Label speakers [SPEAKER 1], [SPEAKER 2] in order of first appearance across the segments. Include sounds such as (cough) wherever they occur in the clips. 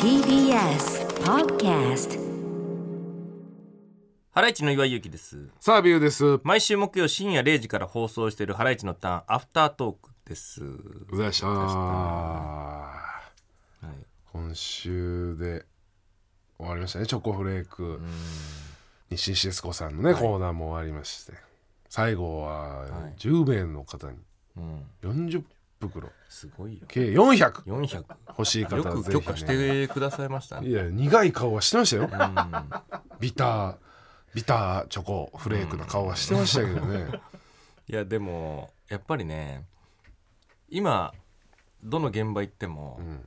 [SPEAKER 1] TBS Podcast
[SPEAKER 2] ハライチの岩井ゆきです。
[SPEAKER 3] さあビューです。おはよ
[SPEAKER 2] 毎週木曜深夜0時から放送しているハライチのターンアフタートークです。
[SPEAKER 3] うございました。
[SPEAKER 2] はい、
[SPEAKER 3] 今週で終わりましたね。チョコフレーク。西シスコさんのね、コーナーも終わりまして。最後は10名の方に
[SPEAKER 2] うん、
[SPEAKER 3] 40袋、
[SPEAKER 2] すごいよ。
[SPEAKER 3] 計400
[SPEAKER 2] 400。
[SPEAKER 3] 欲しい方
[SPEAKER 2] よ
[SPEAKER 3] は
[SPEAKER 2] く
[SPEAKER 3] ぜ
[SPEAKER 2] 許
[SPEAKER 3] ひね
[SPEAKER 2] 可してくださいましたね。
[SPEAKER 3] いや苦い顔はしてましたよ。ビタービターチョコフレークの顔はしてましたけどね。
[SPEAKER 2] いやでもやっぱりね、今どの現場行っても、
[SPEAKER 3] ん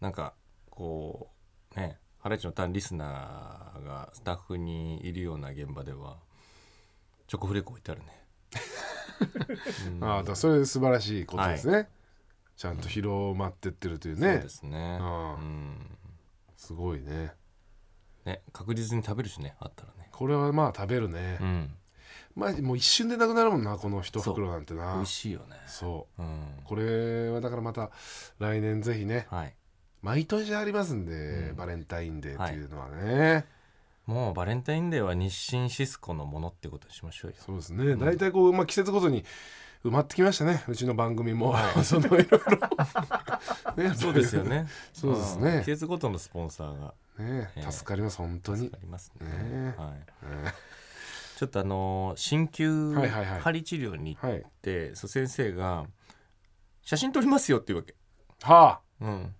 [SPEAKER 2] なんかこうねハライチのターンリスナーがスタッフにいるような現場ではチョコフレーク置いてあるね。
[SPEAKER 3] ああだからそれ素晴らしいことですね。ちゃんと広まってってるというね。
[SPEAKER 2] そうですね。
[SPEAKER 3] ああ
[SPEAKER 2] うん。
[SPEAKER 3] すごいね。
[SPEAKER 2] ね確実に食べるしねあったらね。
[SPEAKER 3] これはまあ食べるね、
[SPEAKER 2] うん。
[SPEAKER 3] まあもう一瞬でなくなるもんなこの一袋なんて
[SPEAKER 2] 美
[SPEAKER 3] な
[SPEAKER 2] 味
[SPEAKER 3] そう
[SPEAKER 2] しいよね。うん。
[SPEAKER 3] これはだからまた来年ぜひね
[SPEAKER 2] はい。
[SPEAKER 3] 毎年ありますんで、
[SPEAKER 2] うん
[SPEAKER 3] バレンタインデーっていうのはね、
[SPEAKER 2] もうバレンタインデーは日清シスコのものってことにしましょうよ。
[SPEAKER 3] そうですね大体こう、まあ、季節ごとに埋まってきましたねうちの番組も (laughs) そのいろ
[SPEAKER 2] (laughs)
[SPEAKER 3] いろね
[SPEAKER 2] そうですよね。
[SPEAKER 3] そうです
[SPEAKER 2] ん
[SPEAKER 3] ね
[SPEAKER 2] 季節ごとのスポンサーが
[SPEAKER 3] ね
[SPEAKER 2] ええ
[SPEAKER 3] 助かります本当に
[SPEAKER 2] ありますね。
[SPEAKER 3] ね
[SPEAKER 2] はい。ちょっとあのー鍼灸
[SPEAKER 3] はいはいはい
[SPEAKER 2] 針治療に行
[SPEAKER 3] はい
[SPEAKER 2] って、そう先生が写真撮りますよっていうわけ。
[SPEAKER 3] はあ
[SPEAKER 2] うん。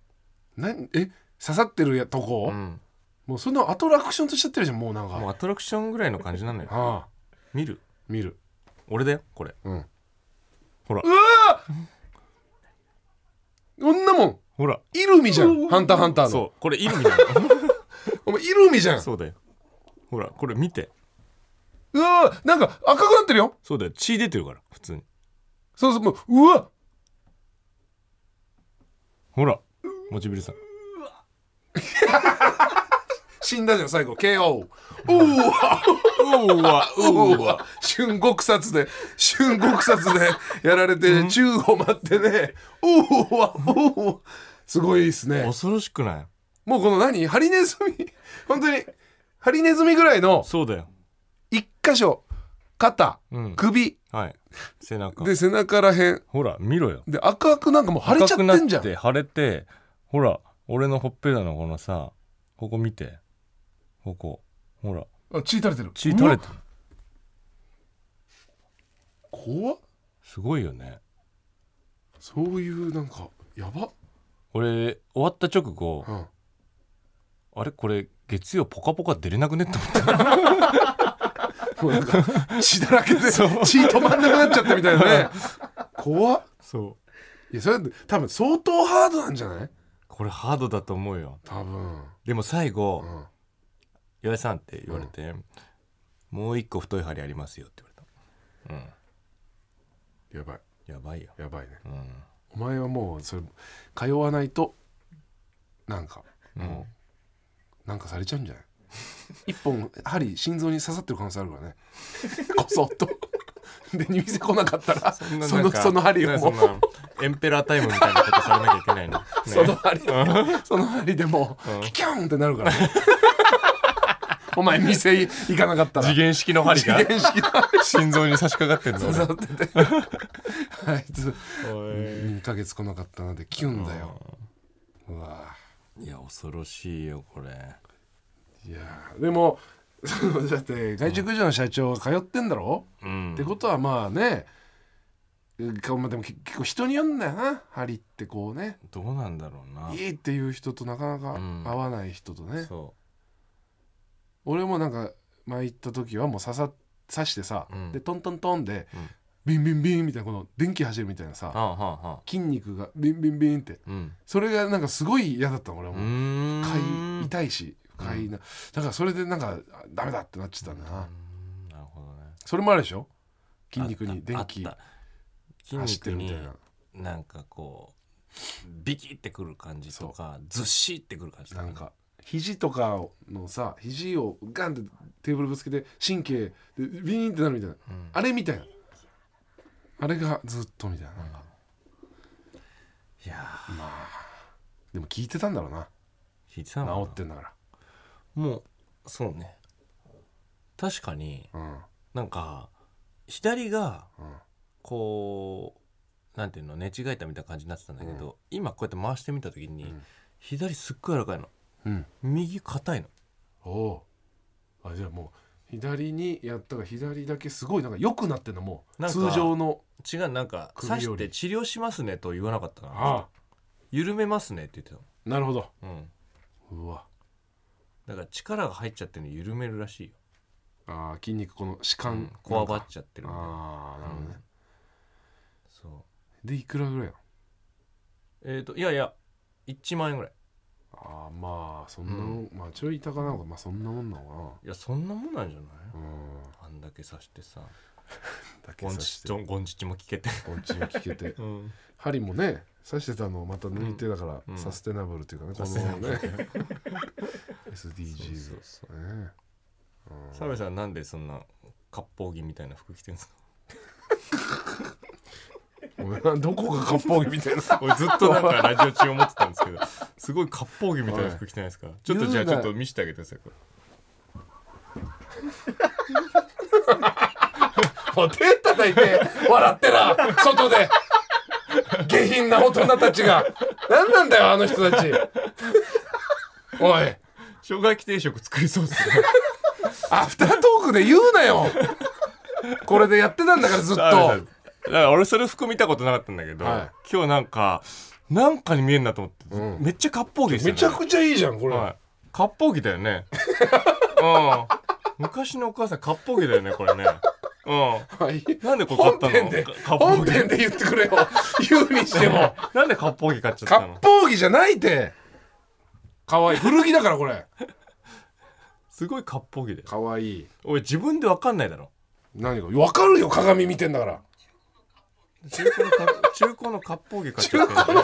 [SPEAKER 3] なんえ刺さってるやとこ、
[SPEAKER 2] うん。
[SPEAKER 3] もうそのアトラクションとしちゃってるじゃんもうなんか
[SPEAKER 2] もうアトラクションぐらいの感じなのよ。
[SPEAKER 3] はあ
[SPEAKER 2] 見る。
[SPEAKER 3] 見る
[SPEAKER 2] 俺だよこれ。
[SPEAKER 3] うん
[SPEAKER 2] ほら
[SPEAKER 3] こんなもん
[SPEAKER 2] ほら。
[SPEAKER 3] イルミじゃん。ハンターハンターの。
[SPEAKER 2] そうこれイルミなの。
[SPEAKER 3] お前イルミじゃ
[SPEAKER 2] (laughs)
[SPEAKER 3] ん。
[SPEAKER 2] そうだよ。ほらこれ見て。
[SPEAKER 3] うわーなんか赤くなってるよ。
[SPEAKER 2] そうだよ血出てるから普通に。
[SPEAKER 3] そうそう、もう、うわ
[SPEAKER 2] ほらモチビルさん。
[SPEAKER 3] 死んだじゃん、最後。KO。うーわ、
[SPEAKER 2] うわ
[SPEAKER 3] うーわ。春獄殺で、春獄殺でやられて、宙を待ってね。うーわ、うーわ。すごいです
[SPEAKER 2] (laughs)
[SPEAKER 3] ね。
[SPEAKER 2] 恐ろしくない。
[SPEAKER 3] もうこの何ハリネズミ、本当に、ハリネズミぐらいの
[SPEAKER 2] そうだよ。
[SPEAKER 3] 一箇所、肩、
[SPEAKER 2] うん
[SPEAKER 3] 首、
[SPEAKER 2] はい。背中。
[SPEAKER 3] で、背中らへん。
[SPEAKER 2] ほら見ろよ。
[SPEAKER 3] で、赤くなんかもう腫れちゃってんじゃ
[SPEAKER 2] 赤くなっ
[SPEAKER 3] ん。
[SPEAKER 2] て腫れてほら俺のほっぺたのこのさここ見てここほら
[SPEAKER 3] あ血垂れてる。
[SPEAKER 2] 血取れて
[SPEAKER 3] う
[SPEAKER 2] る
[SPEAKER 3] わ怖っ。
[SPEAKER 2] すごいよね
[SPEAKER 3] そういうなんかやば、
[SPEAKER 2] 俺終わった直後 (laughs)
[SPEAKER 3] うん、
[SPEAKER 2] あれこれ月曜「ぽかぽか」出れなくねって思った
[SPEAKER 3] もうなんか血だらけで血止まんなくなっちゃったみたいなね怖っ
[SPEAKER 2] そう
[SPEAKER 3] いや (laughs) それ多分相当ハードなんじゃない
[SPEAKER 2] これハードだと思うよ
[SPEAKER 3] 多分、
[SPEAKER 2] でも最後
[SPEAKER 3] うん、
[SPEAKER 2] 「岩井さん」って言われて、もう一個太い針ありますよ」って言われ
[SPEAKER 3] やばい
[SPEAKER 2] たやばいよ、
[SPEAKER 3] やばいね
[SPEAKER 2] うん、
[SPEAKER 3] お前はもうそれ通わないとなんかもう、なんかされちゃうんじゃない一本針心臓に刺さってる可能性あるからねこそっとで店来なかったらそ
[SPEAKER 2] なな
[SPEAKER 3] の
[SPEAKER 2] んか
[SPEAKER 3] その針をも
[SPEAKER 2] なん
[SPEAKER 3] う
[SPEAKER 2] かそんなエンペラータイムみたいなことされなきゃいけ
[SPEAKER 3] (laughs)
[SPEAKER 2] ないの、ね、
[SPEAKER 3] その針その針でもう、キュンってなるからねお前店行かなかったら
[SPEAKER 2] 次元式の針が
[SPEAKER 3] 次元式の針
[SPEAKER 2] 心臓に差し掛かってんの俺
[SPEAKER 3] 刺さっててあいつ2ヶ月来なかったのでキュンだようわ
[SPEAKER 2] いや恐ろしいよこれ
[SPEAKER 3] いやーでもそのだって外食所の社長が通ってんだろ、
[SPEAKER 2] うん
[SPEAKER 3] ってことはまあねうんかまあでも結結構人によるんだよな針ってこうね
[SPEAKER 2] どうなんだろうない
[SPEAKER 3] いっていう人となかなか
[SPEAKER 2] うん
[SPEAKER 3] 合わない人とね、
[SPEAKER 2] そ
[SPEAKER 3] 俺もなんか前行った時はもう刺さ刺してさ、
[SPEAKER 2] うん
[SPEAKER 3] でトントントンで、
[SPEAKER 2] うん
[SPEAKER 3] ビンビンビンみたいなこの電気走るみたいな
[SPEAKER 2] うは
[SPEAKER 3] さ
[SPEAKER 2] あはあはあ
[SPEAKER 3] 筋肉がビンビンビンって
[SPEAKER 2] うん
[SPEAKER 3] それがなんかすごい嫌だったの俺は
[SPEAKER 2] う
[SPEAKER 3] も
[SPEAKER 2] ー
[SPEAKER 3] う
[SPEAKER 2] ん
[SPEAKER 3] 不快痛いし不快な、だからそれでなんかあダメだってなっちゃったんだな、
[SPEAKER 2] なるほどね
[SPEAKER 3] それもあるでしょ筋肉に電気
[SPEAKER 2] あっ
[SPEAKER 3] 走
[SPEAKER 2] たあった
[SPEAKER 3] って
[SPEAKER 2] 筋
[SPEAKER 3] る
[SPEAKER 2] 肉
[SPEAKER 3] みたい
[SPEAKER 2] に
[SPEAKER 3] な
[SPEAKER 2] なんかこうビキってくる感じとかずっしってくる感じと
[SPEAKER 3] なんか肘とかのさ肘をガンってテーブルぶつけて神経でビーンってなるみたいな、
[SPEAKER 2] うん
[SPEAKER 3] あれみたいなあれがずっとみたいな、
[SPEAKER 2] いやー
[SPEAKER 3] でも聞いてたんだろうな
[SPEAKER 2] 引いてたのかな
[SPEAKER 3] 治ってんだか
[SPEAKER 2] もうそうね確かに
[SPEAKER 3] らうん
[SPEAKER 2] なんか左が
[SPEAKER 3] うん
[SPEAKER 2] こうなんていうの寝違えたみたいな感じになってたんだけど、今こうやって回してみた時に、
[SPEAKER 3] うん
[SPEAKER 2] 左すっごい柔らかいの
[SPEAKER 3] うん
[SPEAKER 2] 右硬いの
[SPEAKER 3] おおうあじゃあもう左にやったが左だけすごいなんか良くなってんのもう
[SPEAKER 2] なんか
[SPEAKER 3] 通常の
[SPEAKER 2] 違うなんか
[SPEAKER 3] 首よ
[SPEAKER 2] 刺
[SPEAKER 3] り
[SPEAKER 2] して治療しますねと言わなかったな
[SPEAKER 3] あ
[SPEAKER 2] 緩めますねって言って
[SPEAKER 3] あなるほど
[SPEAKER 2] たの、うん、
[SPEAKER 3] うわ
[SPEAKER 2] だから力が入っちゃってるの緩めるらしいよ、
[SPEAKER 3] あー筋肉この弛
[SPEAKER 2] う
[SPEAKER 3] 緩
[SPEAKER 2] ん、こわば
[SPEAKER 3] なん
[SPEAKER 2] っ
[SPEAKER 3] か
[SPEAKER 2] ちゃってるみたいな
[SPEAKER 3] ああなるほどね、
[SPEAKER 2] そう
[SPEAKER 3] でいくらぐらいなの
[SPEAKER 2] えっ、といやいや1万円ぐらい
[SPEAKER 3] ああまあそんなもん、まあちょい高なのかまあそんなもんなの
[SPEAKER 2] いやそんなもんなんじゃない、
[SPEAKER 3] かなうん
[SPEAKER 2] あんだけ刺してさ
[SPEAKER 3] だけ
[SPEAKER 2] ゴン
[SPEAKER 3] 刺
[SPEAKER 2] チ
[SPEAKER 3] して
[SPEAKER 2] ちゴンチチも聞けて、
[SPEAKER 3] こっちも聞けて
[SPEAKER 2] うん、
[SPEAKER 3] 針もね刺してたのをまた抜いてだから、
[SPEAKER 2] うん
[SPEAKER 3] サステナブルというかね
[SPEAKER 2] サ
[SPEAKER 3] こ
[SPEAKER 2] ステナブ
[SPEAKER 3] の
[SPEAKER 2] ル
[SPEAKER 3] ね
[SPEAKER 2] (laughs) (laughs)
[SPEAKER 3] SDGs
[SPEAKER 2] そうそうそ
[SPEAKER 3] ね
[SPEAKER 2] 澤部さんなんでそんな割烹着みたいな服着てるんですか
[SPEAKER 3] お前などこが割烹着みたいな
[SPEAKER 2] 俺ずっとなんか (laughs) ラジオ中思ってたんですけどすごい割烹着みたいな服着てないですかちょっとじゃあち
[SPEAKER 3] 言う
[SPEAKER 2] ょっ
[SPEAKER 3] な
[SPEAKER 2] と見せてあげてくださいこれ
[SPEAKER 3] お手叩いて笑ってな外で下品な大人たちが何なんだよあの人たちおい
[SPEAKER 2] 障害規定食作りそうですね
[SPEAKER 3] アフタートークで言うなよこれでやってたんだからずっと
[SPEAKER 2] 澤部さん (laughs) だから俺それ服見たことなかったんだけど、
[SPEAKER 3] はい
[SPEAKER 2] 今日なんかなんかに見えんなと思って、
[SPEAKER 3] うん
[SPEAKER 2] めっちゃ割烹着ですよね
[SPEAKER 3] めちゃくちゃいいじゃんこれ、
[SPEAKER 2] はい割烹着だよねうん昔のお母さん割烹着だよねこれねうん
[SPEAKER 3] はい
[SPEAKER 2] なんでこれ買っ
[SPEAKER 3] 本
[SPEAKER 2] たの
[SPEAKER 3] 編で
[SPEAKER 2] か
[SPEAKER 3] 本編で言ってくれよ言うにしても
[SPEAKER 2] なんで割烹着買っちゃった
[SPEAKER 3] 割
[SPEAKER 2] の
[SPEAKER 3] 烹着じゃないってかわいい古着だからこれ
[SPEAKER 2] すごい割烹着だよ
[SPEAKER 3] かわいい
[SPEAKER 2] 俺自分で分かんないだろ
[SPEAKER 3] 何がわかるよ鏡見てんだから
[SPEAKER 2] 中古のか中古の割烹着買っちゃってる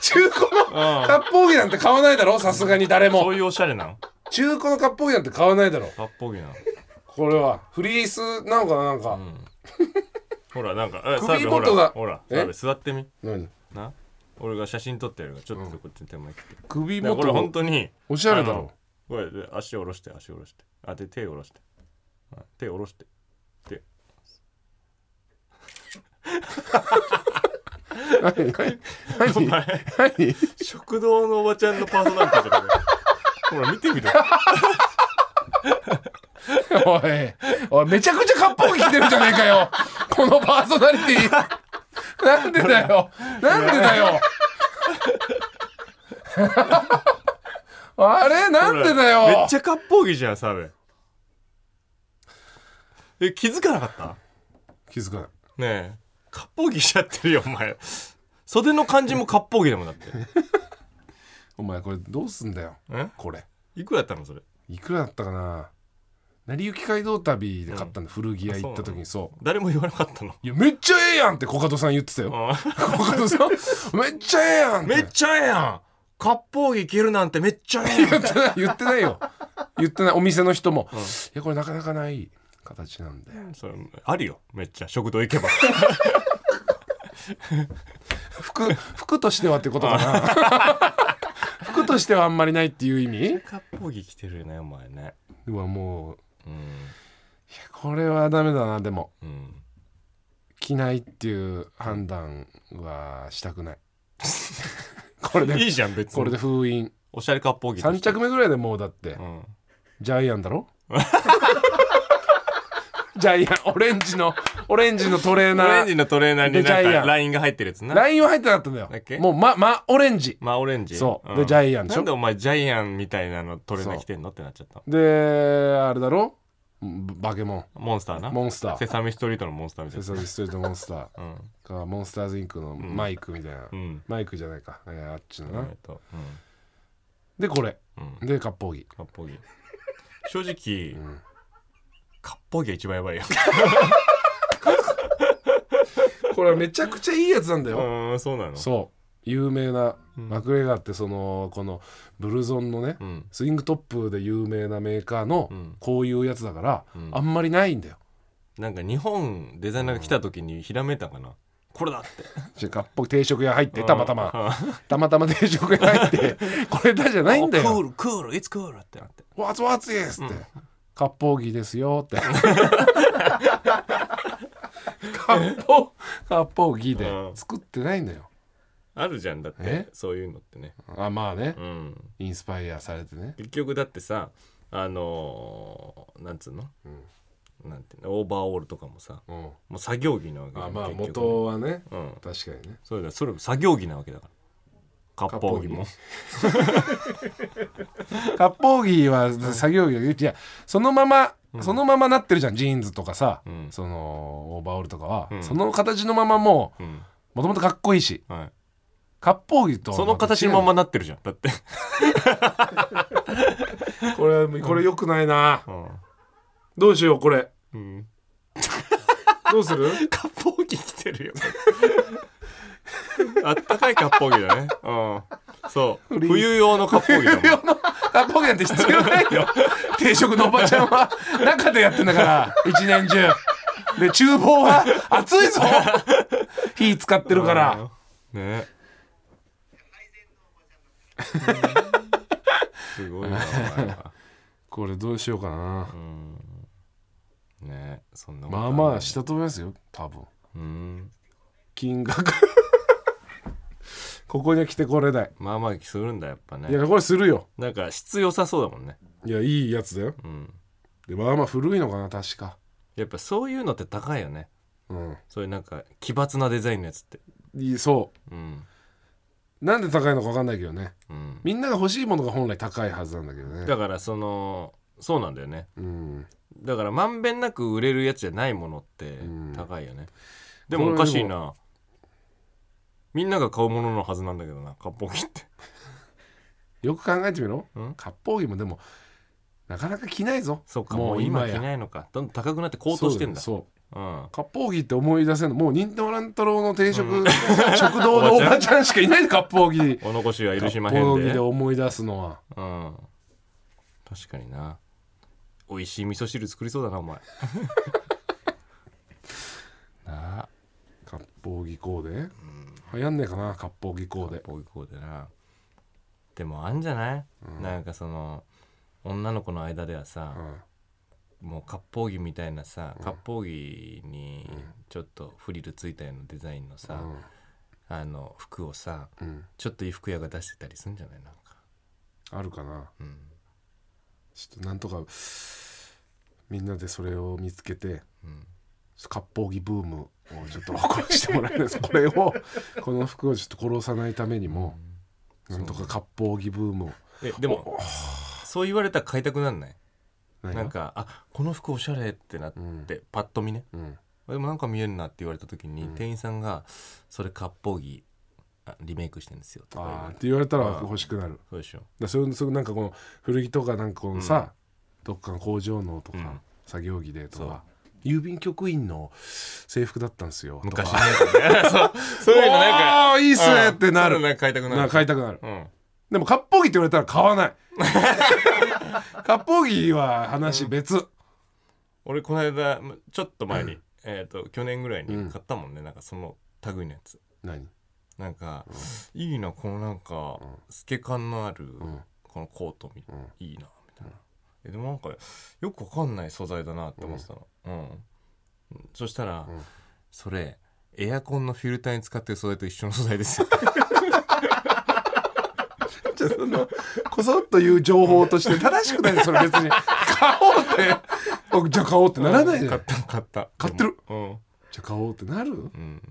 [SPEAKER 3] 中古の
[SPEAKER 2] うん
[SPEAKER 3] 割烹着なんて買わないだろさすがに誰
[SPEAKER 2] そ
[SPEAKER 3] も
[SPEAKER 2] ういうおしゃれなの
[SPEAKER 3] 中古の割烹着なんて買わないだろ
[SPEAKER 2] 割烹着なの
[SPEAKER 3] これはフリースなのかななんか、
[SPEAKER 2] ほらなんかえ
[SPEAKER 3] 首
[SPEAKER 2] 澤部ほら
[SPEAKER 3] 元が
[SPEAKER 2] ほら
[SPEAKER 3] え
[SPEAKER 2] 澤部座ってみ
[SPEAKER 3] 何
[SPEAKER 2] な俺が写真撮ってやるからちょっとこっちの手前来て、
[SPEAKER 3] 首
[SPEAKER 2] だからこれ
[SPEAKER 3] 元
[SPEAKER 2] 本当に
[SPEAKER 3] おしゃれだろ
[SPEAKER 2] あのこれで足下ろして足下ろしてあで手下ろしてはい手下ろして手
[SPEAKER 3] 何何何何
[SPEAKER 2] 食堂のおばちゃんのパーソナリティじゃないほら見てみろ
[SPEAKER 3] おい、おい、めちゃくちゃ割烹着着てるじゃねえかよ。このパーソナリティ。なんでだよ。なんでだよ。あれ、なんでだよ。
[SPEAKER 2] ほらめっちゃ割烹着じゃん澤部え気づかなかった
[SPEAKER 3] 気づかない。
[SPEAKER 2] ねえ割烹着しちゃってるよお前袖の感じも割烹着だもんだって
[SPEAKER 3] お前、これどうすんだよ。
[SPEAKER 2] え
[SPEAKER 3] これ。
[SPEAKER 2] いくらだったのそれ
[SPEAKER 3] いくらだったかな。成り行き街道旅で買ったんだ、古着屋行った時にそう
[SPEAKER 2] 誰も言わなかったの
[SPEAKER 3] いやめっちゃええやんってコカドさん言ってたよコカドさんめっちゃええやんって
[SPEAKER 2] めっちゃええやん割烹着いけるなんてめっちゃええやん
[SPEAKER 3] 言ってない (laughs) 言ってないよ言ってないお店の人も、いやこれなかなかない形なんで
[SPEAKER 2] それあるよめっちゃ食堂行けば
[SPEAKER 3] 服服としてはってことかな
[SPEAKER 2] (laughs)
[SPEAKER 3] 服としてはあんまりないっていう意味
[SPEAKER 2] 割烹着着てるよねお前ね
[SPEAKER 3] うわもう
[SPEAKER 2] うん
[SPEAKER 3] いやこれはダメだなでも
[SPEAKER 2] うん
[SPEAKER 3] 着ないっていう判断はしたくない
[SPEAKER 2] (laughs)
[SPEAKER 3] これ
[SPEAKER 2] い
[SPEAKER 3] で
[SPEAKER 2] いじゃん別に
[SPEAKER 3] これで封印
[SPEAKER 2] おしゃれ割烹着と
[SPEAKER 3] 3
[SPEAKER 2] して
[SPEAKER 3] 着目ぐらいでもうだって
[SPEAKER 2] うん
[SPEAKER 3] ジャイアンだろ (laughs) ジャイアンオレンジのオレンジのトレー
[SPEAKER 2] オレ
[SPEAKER 3] ナ
[SPEAKER 2] ンジ
[SPEAKER 3] ー
[SPEAKER 2] のトレーナーになん
[SPEAKER 3] でジャイア
[SPEAKER 2] か
[SPEAKER 3] ン
[SPEAKER 2] ラインが入ってるやつな
[SPEAKER 3] ラインは入ってなかったんだよ
[SPEAKER 2] だっけ
[SPEAKER 3] もうままオレンジ
[SPEAKER 2] まあオレンジ
[SPEAKER 3] そうで
[SPEAKER 2] ん
[SPEAKER 3] ジャイアンでしょ
[SPEAKER 2] なんでお前ジャイアンみたいなのトレーナー着てんのってなっちゃったの
[SPEAKER 3] であれだろババケモン
[SPEAKER 2] モンスターな
[SPEAKER 3] モンスター
[SPEAKER 2] セサミストリートのモンスターみたい
[SPEAKER 3] セ
[SPEAKER 2] な
[SPEAKER 3] サミストリートモンスター
[SPEAKER 2] (laughs) うん
[SPEAKER 3] かモンスターズインクのマイクみたいな、
[SPEAKER 2] うん
[SPEAKER 3] マイクじゃないか、えーあっちのな、
[SPEAKER 2] えっとうん
[SPEAKER 3] でこれ、
[SPEAKER 2] う
[SPEAKER 3] で割
[SPEAKER 2] (laughs)
[SPEAKER 3] 烹着
[SPEAKER 2] 割烹着正直、割烹着が一番やばいよ
[SPEAKER 3] これはめちゃくちゃいいやつなんだ
[SPEAKER 2] う
[SPEAKER 3] よ、
[SPEAKER 2] ーんそうなの
[SPEAKER 3] そう有名なマクレガーってそのこのブルゾンのね、
[SPEAKER 2] ん
[SPEAKER 3] スイングトップで有名なメーカーの
[SPEAKER 2] ん
[SPEAKER 3] こういうやつだから、あんまりないんだよ (laughs)
[SPEAKER 2] なんか日本デザイナーが来た時にひらめいたかな、これだって
[SPEAKER 3] じゃあぽ定食屋入ってたまた
[SPEAKER 2] う
[SPEAKER 3] ま
[SPEAKER 2] ん
[SPEAKER 3] たまたま定食屋入って
[SPEAKER 2] (laughs)
[SPEAKER 3] これだじゃないんだ
[SPEAKER 2] クー
[SPEAKER 3] よ
[SPEAKER 2] ルクールいつクールってなって
[SPEAKER 3] 「わつわつです」って「割烹着ですよ」って割烹割烹着で作ってないんだよ
[SPEAKER 2] あるじゃんだって
[SPEAKER 3] え
[SPEAKER 2] そういうのってね、
[SPEAKER 3] あまあね
[SPEAKER 2] うん、
[SPEAKER 3] インスパイアされてね
[SPEAKER 2] 結局だってさあのーなんつうの、なんていうのオーバーオールとかもさ
[SPEAKER 3] うん
[SPEAKER 2] もう作業着なわけ
[SPEAKER 3] あまあ
[SPEAKER 2] 結局
[SPEAKER 3] 元はね
[SPEAKER 2] うん
[SPEAKER 3] 確かにね
[SPEAKER 2] それだそれも作業着なわけだから割烹着も
[SPEAKER 3] 割烹着は作業着いやそのまま、そのままなってるじゃんジーンズとかさ、
[SPEAKER 2] うん
[SPEAKER 3] そのオーバーオールとかは、
[SPEAKER 2] うん
[SPEAKER 3] その形のままもう
[SPEAKER 2] うん
[SPEAKER 3] もともとかっこいいし
[SPEAKER 2] はい、
[SPEAKER 3] 割烹着とは
[SPEAKER 2] その
[SPEAKER 3] た違う
[SPEAKER 2] 形のままなってるじゃんだって、
[SPEAKER 3] これこれよくないな、
[SPEAKER 2] うん
[SPEAKER 3] どうしようこれ
[SPEAKER 2] うん、
[SPEAKER 3] どうする
[SPEAKER 2] 割烹着着てるよ (laughs) あったかい割烹着だね、うん、そう
[SPEAKER 3] リー
[SPEAKER 2] 冬用の割烹着だもん
[SPEAKER 3] 冬用の割烹着なんて必要ない (laughs) よ定食のおばちゃんは中でやってんだから一年中で厨房は暑いぞ火使ってるから
[SPEAKER 2] うん
[SPEAKER 3] (laughs)
[SPEAKER 2] ねすごいなお前は
[SPEAKER 3] これどうしようかな
[SPEAKER 2] うんねそんなこと
[SPEAKER 3] ま
[SPEAKER 2] る
[SPEAKER 3] あまあしたと思いますよ多分
[SPEAKER 2] うん
[SPEAKER 3] 金 (laughs) 額ここには来てこれない
[SPEAKER 2] まあまあするんだやっぱ
[SPEAKER 3] い
[SPEAKER 2] ね
[SPEAKER 3] やこれするよ
[SPEAKER 2] なんか質良さそうだもんね
[SPEAKER 3] いやいいやつだよ
[SPEAKER 2] うん
[SPEAKER 3] でまあまあ古いのかな確か
[SPEAKER 2] やっぱそういうのって高いよね
[SPEAKER 3] うん
[SPEAKER 2] そういうなんか奇抜なデザインのやつって
[SPEAKER 3] いいそ
[SPEAKER 2] うん
[SPEAKER 3] うなんで高いのか分かんないけどね
[SPEAKER 2] うん
[SPEAKER 3] みんなが欲しいものが本来高いはずなんだけどね
[SPEAKER 2] だからそのそうなんだよね
[SPEAKER 3] うん
[SPEAKER 2] だからまんべんなく売れるやつじゃないものって
[SPEAKER 3] ん
[SPEAKER 2] 高いよね、でも
[SPEAKER 3] こ
[SPEAKER 2] お
[SPEAKER 3] れ
[SPEAKER 2] かしいなみんなが買うもののはずなんだけどな割烹着って
[SPEAKER 3] よく考えてみろ
[SPEAKER 2] うん
[SPEAKER 3] 割烹着もでもなかなか着ないぞ
[SPEAKER 2] そうかもう今着ないのかどんどん高くなって高騰してんだ
[SPEAKER 3] そうよそう
[SPEAKER 2] うん
[SPEAKER 3] 割烹着って思い出せんのもう忍たま乱太郎の定食、 (laughs) 食堂のおばちゃんしかいないの割烹着
[SPEAKER 2] お残しは許しま
[SPEAKER 3] 割
[SPEAKER 2] へん
[SPEAKER 3] 烹
[SPEAKER 2] で
[SPEAKER 3] 着で思い出すのは
[SPEAKER 2] うん確かにな美味しい味噌汁作りそうだなお前なあ
[SPEAKER 3] 割烹着コーデ、流行んねえかな割烹着コーデ
[SPEAKER 2] こういうこうでなでもあんじゃない、なんかその女の子の間ではさ、もう割烹着みたいなさ割烹着にちょっとフリルついたようなデザインのさ、あの服をさ
[SPEAKER 3] うん、うん、
[SPEAKER 2] ちょっと衣服屋が出してたりするんじゃないなんか、
[SPEAKER 3] あるかな
[SPEAKER 2] うん、
[SPEAKER 3] ちょっとなんとかみんなでそれを見つけて、
[SPEAKER 2] ん
[SPEAKER 3] ちょっと割烹着ブームをちょっと起こしてもらえないですこれをこの服をちょっと殺さないためにも、なんとか割烹着ブームを
[SPEAKER 2] えでもそう言われたら買いたくなんない
[SPEAKER 3] 何が
[SPEAKER 2] なんかあこの服おしゃれってなって、
[SPEAKER 3] うん
[SPEAKER 2] パッと見ね
[SPEAKER 3] うん、
[SPEAKER 2] でもなんか見えるなって言われた時に、店員さんが「それ割烹着あリメイクしてるんですよ」とか言
[SPEAKER 3] あ
[SPEAKER 2] われ
[SPEAKER 3] ーってて言われたら欲しくなる
[SPEAKER 2] そ
[SPEAKER 3] だか
[SPEAKER 2] うでしょ
[SPEAKER 3] らそういうそういうなんかこの古着とかなんかこのさ、どっかの工場のとか、
[SPEAKER 2] うん
[SPEAKER 3] 作業着でとか郵便局員の制服だったんですよとか
[SPEAKER 2] 昔のやつね (laughs) そうそういうのなんか
[SPEAKER 3] ああいいっすねってな
[SPEAKER 2] う
[SPEAKER 3] る
[SPEAKER 2] んそういうのなんか買いたくな
[SPEAKER 3] な
[SPEAKER 2] る
[SPEAKER 3] 買いたくなる
[SPEAKER 2] うん
[SPEAKER 3] でも割烹着って言われたら買
[SPEAKER 2] (laughs)
[SPEAKER 3] わない割烹着は話別、
[SPEAKER 2] 俺この間まちょっと前に、えっ、と去年ぐらいに買ったもんね、なんかその類のやつ
[SPEAKER 3] 何
[SPEAKER 2] なんか、いいなこのなんか、透け感のある、このコートみ、いいなみたいな、えでもなんかよくわかんない素材だなって思ってたのうん、うんそしたら、それエアコンのフィルターに使ってる素材と一緒の素材ですよ
[SPEAKER 3] じゃあそのこそっという情報として正しくないよそれ別に買おうっておじゃあ買おうってならないで
[SPEAKER 2] 買っ
[SPEAKER 3] じ
[SPEAKER 2] た買った
[SPEAKER 3] 買ってる
[SPEAKER 2] うん
[SPEAKER 3] ゃあ買おうってなる
[SPEAKER 2] うん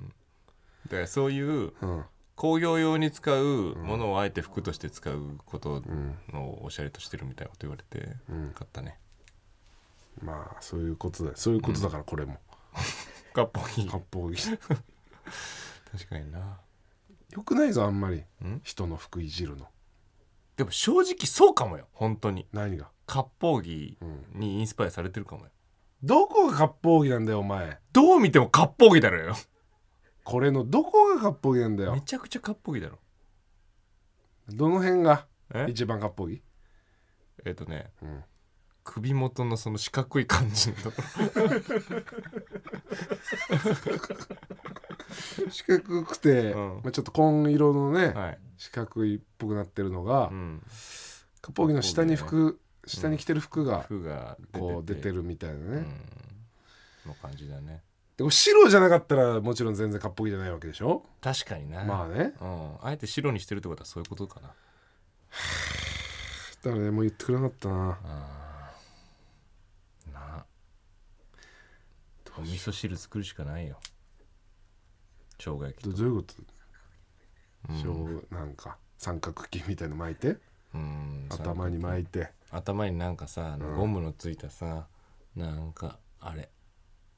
[SPEAKER 2] だからそういう
[SPEAKER 3] うん
[SPEAKER 2] 工業用に使うものをあえて服として使うことのおしゃれとしてるみたいなこと言われて買ったね
[SPEAKER 3] まあそういうことだよそういうことだからこれも、
[SPEAKER 2] かっぽいい
[SPEAKER 3] 割烹着
[SPEAKER 2] 確かにな
[SPEAKER 3] よくないぞあんまり
[SPEAKER 2] ん
[SPEAKER 3] 人の服いじるの
[SPEAKER 2] でも正直そうかもよ本当に
[SPEAKER 3] 何が
[SPEAKER 2] 割烹着にインスパイアされてるかもよ
[SPEAKER 3] どこが割烹着なんだよお前
[SPEAKER 2] どう見ても割烹着だろよ
[SPEAKER 3] これのどこが割烹着なん
[SPEAKER 2] (laughs)
[SPEAKER 3] だ
[SPEAKER 2] め
[SPEAKER 3] よ
[SPEAKER 2] ちゃくちゃ割烹着だろ
[SPEAKER 3] どの辺が
[SPEAKER 2] え
[SPEAKER 3] 一番割烹着
[SPEAKER 2] えっとね
[SPEAKER 3] うん
[SPEAKER 2] 首元のその四角い感じのところ
[SPEAKER 3] 四角くて、
[SPEAKER 2] うん
[SPEAKER 3] まあ、ちょっと紺色
[SPEAKER 2] (laughs)
[SPEAKER 3] のね、
[SPEAKER 2] はい、
[SPEAKER 3] 四角いっぽくなってるのが、
[SPEAKER 2] うん、
[SPEAKER 3] カッポギの下に服、下に着てる服が
[SPEAKER 2] 服が
[SPEAKER 3] こう出てるみたいなね、
[SPEAKER 2] うん、の感じだね
[SPEAKER 3] でも白じゃなかったらもちろん全然カッポギじゃないわけでしょ、
[SPEAKER 2] 確かにな、
[SPEAKER 3] まあね
[SPEAKER 2] うん、あえて白にしてるってことはそういうことかな
[SPEAKER 3] 誰も言ってくれなかったな
[SPEAKER 2] なあお味噌汁作るしかないよ生姜焼き
[SPEAKER 3] ど
[SPEAKER 2] と
[SPEAKER 3] どういうこと、
[SPEAKER 2] うん
[SPEAKER 3] しょうなんか三角巾みたいの巻いて
[SPEAKER 2] うん
[SPEAKER 3] 頭に巻いて
[SPEAKER 2] 頭になんかさあの
[SPEAKER 3] うん
[SPEAKER 2] ゴムのついたさ、なんかあれ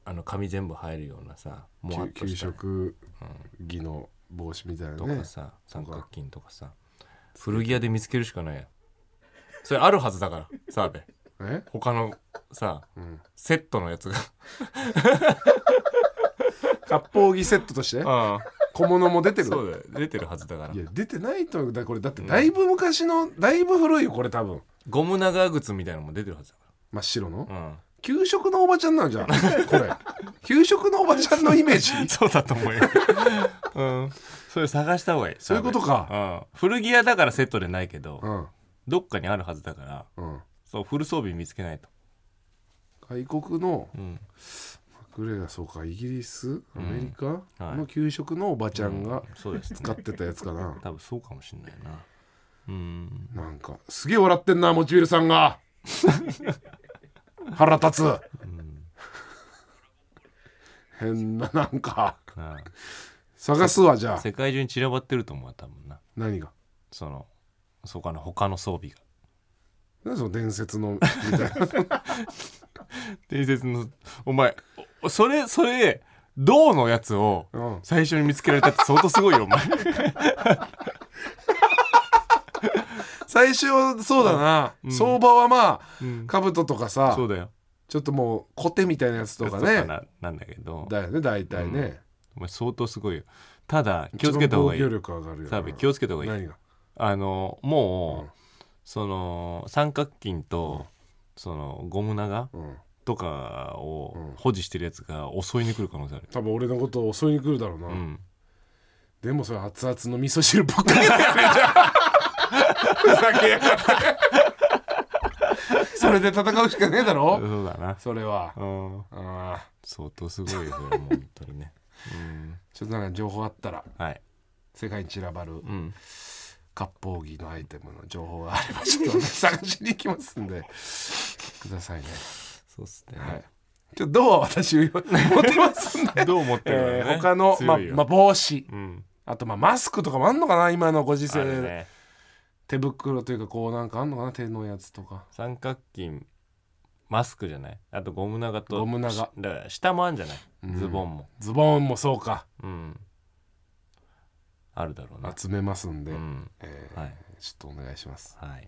[SPEAKER 2] あの髪全部入るようなさもわっ
[SPEAKER 3] 給
[SPEAKER 2] と
[SPEAKER 3] 給
[SPEAKER 2] した、
[SPEAKER 3] 食
[SPEAKER 2] うん
[SPEAKER 3] 着の帽子みたいな
[SPEAKER 2] と
[SPEAKER 3] ね
[SPEAKER 2] かさ、三角筋とかさ
[SPEAKER 3] か
[SPEAKER 2] 古着屋で見つけるしかないよそれあるはずだから澤部
[SPEAKER 3] え、
[SPEAKER 2] 他のさ
[SPEAKER 3] うん、
[SPEAKER 2] セットのやつが
[SPEAKER 3] 割烹着セットとして
[SPEAKER 2] あ
[SPEAKER 3] 小物も出て
[SPEAKER 2] あ
[SPEAKER 3] る
[SPEAKER 2] そうだよ出てるはずだから
[SPEAKER 3] いや出てないと思うだこれだってだいぶ昔の、だいぶ古いよこれ多分
[SPEAKER 2] ゴム長靴みたいなのも出てるはずだか
[SPEAKER 3] 真っ白の、
[SPEAKER 2] ら
[SPEAKER 3] (laughs)
[SPEAKER 2] うん
[SPEAKER 3] 給食のおばちゃんなんじゃんこれ給食のおばちゃんのイメージ
[SPEAKER 2] そうだと思うよ。うん。それ探した方がいい。
[SPEAKER 3] そういうことか
[SPEAKER 2] うん。古着屋だからセットでないけど、
[SPEAKER 3] うん
[SPEAKER 2] どっかにあるはずだから、
[SPEAKER 3] うん
[SPEAKER 2] そう、フル装備見つけないと。
[SPEAKER 3] 外国の
[SPEAKER 2] うん。
[SPEAKER 3] グレがそうかイギリスアメリカ
[SPEAKER 2] はい
[SPEAKER 3] の給食のおばちゃんが
[SPEAKER 2] そうです、ね。
[SPEAKER 3] 使ってたやつかな、
[SPEAKER 2] 多分そうかもしれないな。うん。
[SPEAKER 3] なんかすげえ笑ってんなモチビルさんが腹立つ
[SPEAKER 2] うん。
[SPEAKER 3] 変ななんか
[SPEAKER 2] あ
[SPEAKER 3] 探すわじ
[SPEAKER 2] あ
[SPEAKER 3] ゃあ
[SPEAKER 2] 世界中に散らばってると思うよ多分な。
[SPEAKER 3] 何が
[SPEAKER 2] その、そうかな、他の装備が。
[SPEAKER 3] 何その伝説のみたいな
[SPEAKER 2] 伝説の、お前、おそれ、それ、銅のやつを、
[SPEAKER 3] うん
[SPEAKER 2] 最初に見つけられたって相当すごいよ、お前。
[SPEAKER 3] (laughs) 最初はそうだな、
[SPEAKER 2] うん
[SPEAKER 3] 相場はまあ
[SPEAKER 2] うん
[SPEAKER 3] 兜とかさ
[SPEAKER 2] そうだよ。
[SPEAKER 3] ちょっともうコテみたいなやつとか
[SPEAKER 2] そう
[SPEAKER 3] ね
[SPEAKER 2] ななんだけど。
[SPEAKER 3] だよね大体ね、
[SPEAKER 2] お前相当すごいよただ気をつけた方がい
[SPEAKER 3] 一番防御
[SPEAKER 2] い
[SPEAKER 3] 力上がるよな
[SPEAKER 2] 澤部気をつけた方がいい
[SPEAKER 3] 何が
[SPEAKER 2] あのもう、
[SPEAKER 3] うん
[SPEAKER 2] その三角筋と、そのゴム長
[SPEAKER 3] うん
[SPEAKER 2] とかを
[SPEAKER 3] うん
[SPEAKER 2] 保持してるやつが襲いに来る可能性ある、
[SPEAKER 3] 多分俺のことを襲いに来るだろうな、
[SPEAKER 2] うん、
[SPEAKER 3] でもそれ熱々の味噌汁ばっかり (laughs) だよねじゃあふざけやがってそれで戦うしかねえだろ、
[SPEAKER 2] そうだな、
[SPEAKER 3] それは、
[SPEAKER 2] うん、
[SPEAKER 3] ああ
[SPEAKER 2] 相当すごいよそれはもう本当にね、うん、
[SPEAKER 3] ちょっとなんか情報あったら
[SPEAKER 2] はい、
[SPEAKER 3] 世界に散らばる
[SPEAKER 2] うん、
[SPEAKER 3] 割烹着のアイテムの情報があればち
[SPEAKER 2] (laughs)
[SPEAKER 3] ょっと探しに行きますんでくださいね
[SPEAKER 2] そうっすね、
[SPEAKER 3] はいちょっとどう私持ってますんで、
[SPEAKER 2] どう思ってるのね
[SPEAKER 3] えー他の、ま
[SPEAKER 2] 強いよ
[SPEAKER 3] ま帽子
[SPEAKER 2] うん
[SPEAKER 3] あとまあマスクとかもあんのかな今のご時
[SPEAKER 2] あ
[SPEAKER 3] 世、
[SPEAKER 2] れね
[SPEAKER 3] 手袋というかこうなんかあんのかな手のやつとか
[SPEAKER 2] 三角筋マスクじゃないあとゴム長と
[SPEAKER 3] ゴム長
[SPEAKER 2] しだから下もあんじゃない、
[SPEAKER 3] うん
[SPEAKER 2] ズボンも
[SPEAKER 3] ズボンもそうか
[SPEAKER 2] うん。あるだろうな。
[SPEAKER 3] 集めますんで、
[SPEAKER 2] うん。
[SPEAKER 3] えー
[SPEAKER 2] はい。
[SPEAKER 3] ちょっとお願いします
[SPEAKER 2] はい。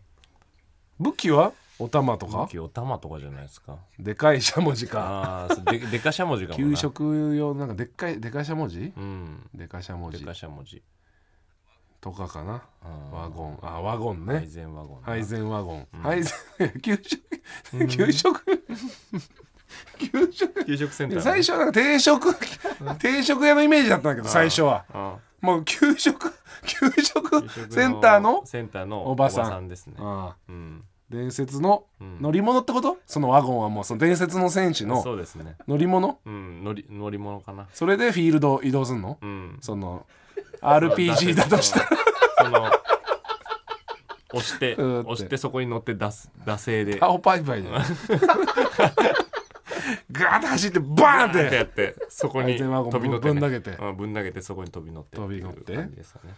[SPEAKER 3] 武器はお玉とか
[SPEAKER 2] 武器お玉とかじゃないですか。
[SPEAKER 3] でかいしゃもじか
[SPEAKER 2] ああ、そうで、でかしゃもじかもな。
[SPEAKER 3] 給。食用のなんかでっかいでかいしゃもじ
[SPEAKER 2] うん。
[SPEAKER 3] でかしゃも
[SPEAKER 2] で
[SPEAKER 3] じ
[SPEAKER 2] かしゃもじ。
[SPEAKER 3] とかかな
[SPEAKER 2] うん
[SPEAKER 3] ワゴンあワゴン
[SPEAKER 2] 配
[SPEAKER 3] ね
[SPEAKER 2] 膳ワゴン。
[SPEAKER 3] 配。膳ワゴン、
[SPEAKER 2] うん
[SPEAKER 3] 配膳 (laughs) 給食給食給食
[SPEAKER 2] 給食センターね。
[SPEAKER 3] 最初はなんか
[SPEAKER 2] (laughs)
[SPEAKER 3] 定食定食屋のイメージだったんだけど最初は
[SPEAKER 2] あ
[SPEAKER 3] もう給 (laughs) 食給
[SPEAKER 2] ー。給
[SPEAKER 3] 食
[SPEAKER 2] 食
[SPEAKER 3] センターの
[SPEAKER 2] センターの
[SPEAKER 3] おばさん
[SPEAKER 2] ですね。
[SPEAKER 3] ああ
[SPEAKER 2] うん。
[SPEAKER 3] 伝説の
[SPEAKER 2] うん
[SPEAKER 3] 乗り物ってことそのワゴンはもうその伝説の戦士の
[SPEAKER 2] そうですね。
[SPEAKER 3] 乗り物
[SPEAKER 2] うん。乗り乗り物かな。
[SPEAKER 3] それでフィールドを移動すんの
[SPEAKER 2] うん。
[SPEAKER 3] その RPG だとしたら
[SPEAKER 2] その。押して
[SPEAKER 3] うんって
[SPEAKER 2] 押してそこに乗って出す惰性で。
[SPEAKER 3] 青パイパイ (laughs) じゃんガーッて走ってバーンっ
[SPEAKER 2] ってや
[SPEAKER 3] て
[SPEAKER 2] ってそこに
[SPEAKER 3] 相手ワゴン
[SPEAKER 2] 飛び乗って、ね、
[SPEAKER 3] ぶん投げて
[SPEAKER 2] うんぶん投げてそこに飛び乗って
[SPEAKER 3] 飛び乗って
[SPEAKER 2] ていう感じですかね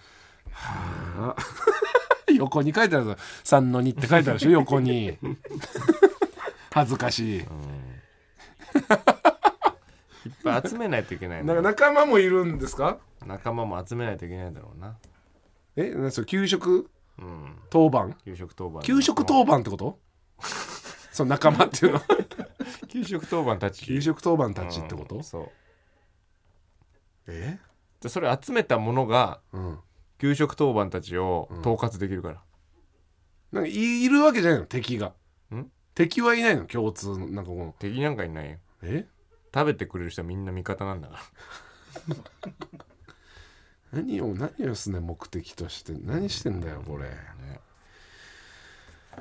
[SPEAKER 3] 横に書いてあるぞ「3の2」って書いてあるでしょ横 (laughs) に恥ずかしい
[SPEAKER 2] いっぱい集めないといけない
[SPEAKER 3] なん
[SPEAKER 2] の
[SPEAKER 3] か仲間もいるんですか
[SPEAKER 2] 仲間も集めないといけないだろうな
[SPEAKER 3] えなんかそれ給食
[SPEAKER 2] うん
[SPEAKER 3] 当番
[SPEAKER 2] 給食当番
[SPEAKER 3] 給食当番ってこと (laughs) その仲間っていうのは
[SPEAKER 2] 給食当番たち
[SPEAKER 3] (laughs) 給食当番たちってこ
[SPEAKER 2] う
[SPEAKER 3] と
[SPEAKER 2] んそう
[SPEAKER 3] え
[SPEAKER 2] でそれ集めたものが
[SPEAKER 3] うん
[SPEAKER 2] 給食当番たちを統括できるから、
[SPEAKER 3] なんかいいるわけじゃないの敵が
[SPEAKER 2] ん
[SPEAKER 3] 敵はいないの共通のなんかこの
[SPEAKER 2] 敵なんかいないよ
[SPEAKER 3] え
[SPEAKER 2] 食べてくれる人はみんな味方なんだか
[SPEAKER 3] 何を何をすね目的として何してんだよこれ
[SPEAKER 2] ね (sighs)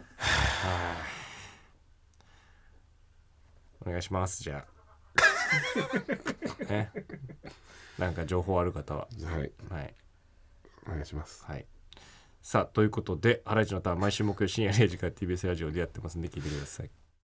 [SPEAKER 2] お願いしますじゃあ (laughs) ねなんか情報ある方は
[SPEAKER 3] はい
[SPEAKER 2] はい
[SPEAKER 3] お願いします
[SPEAKER 2] はいさあということで「ハライチのターン」毎週木曜深夜0時から TBS ラジオでやってますんで聞いてください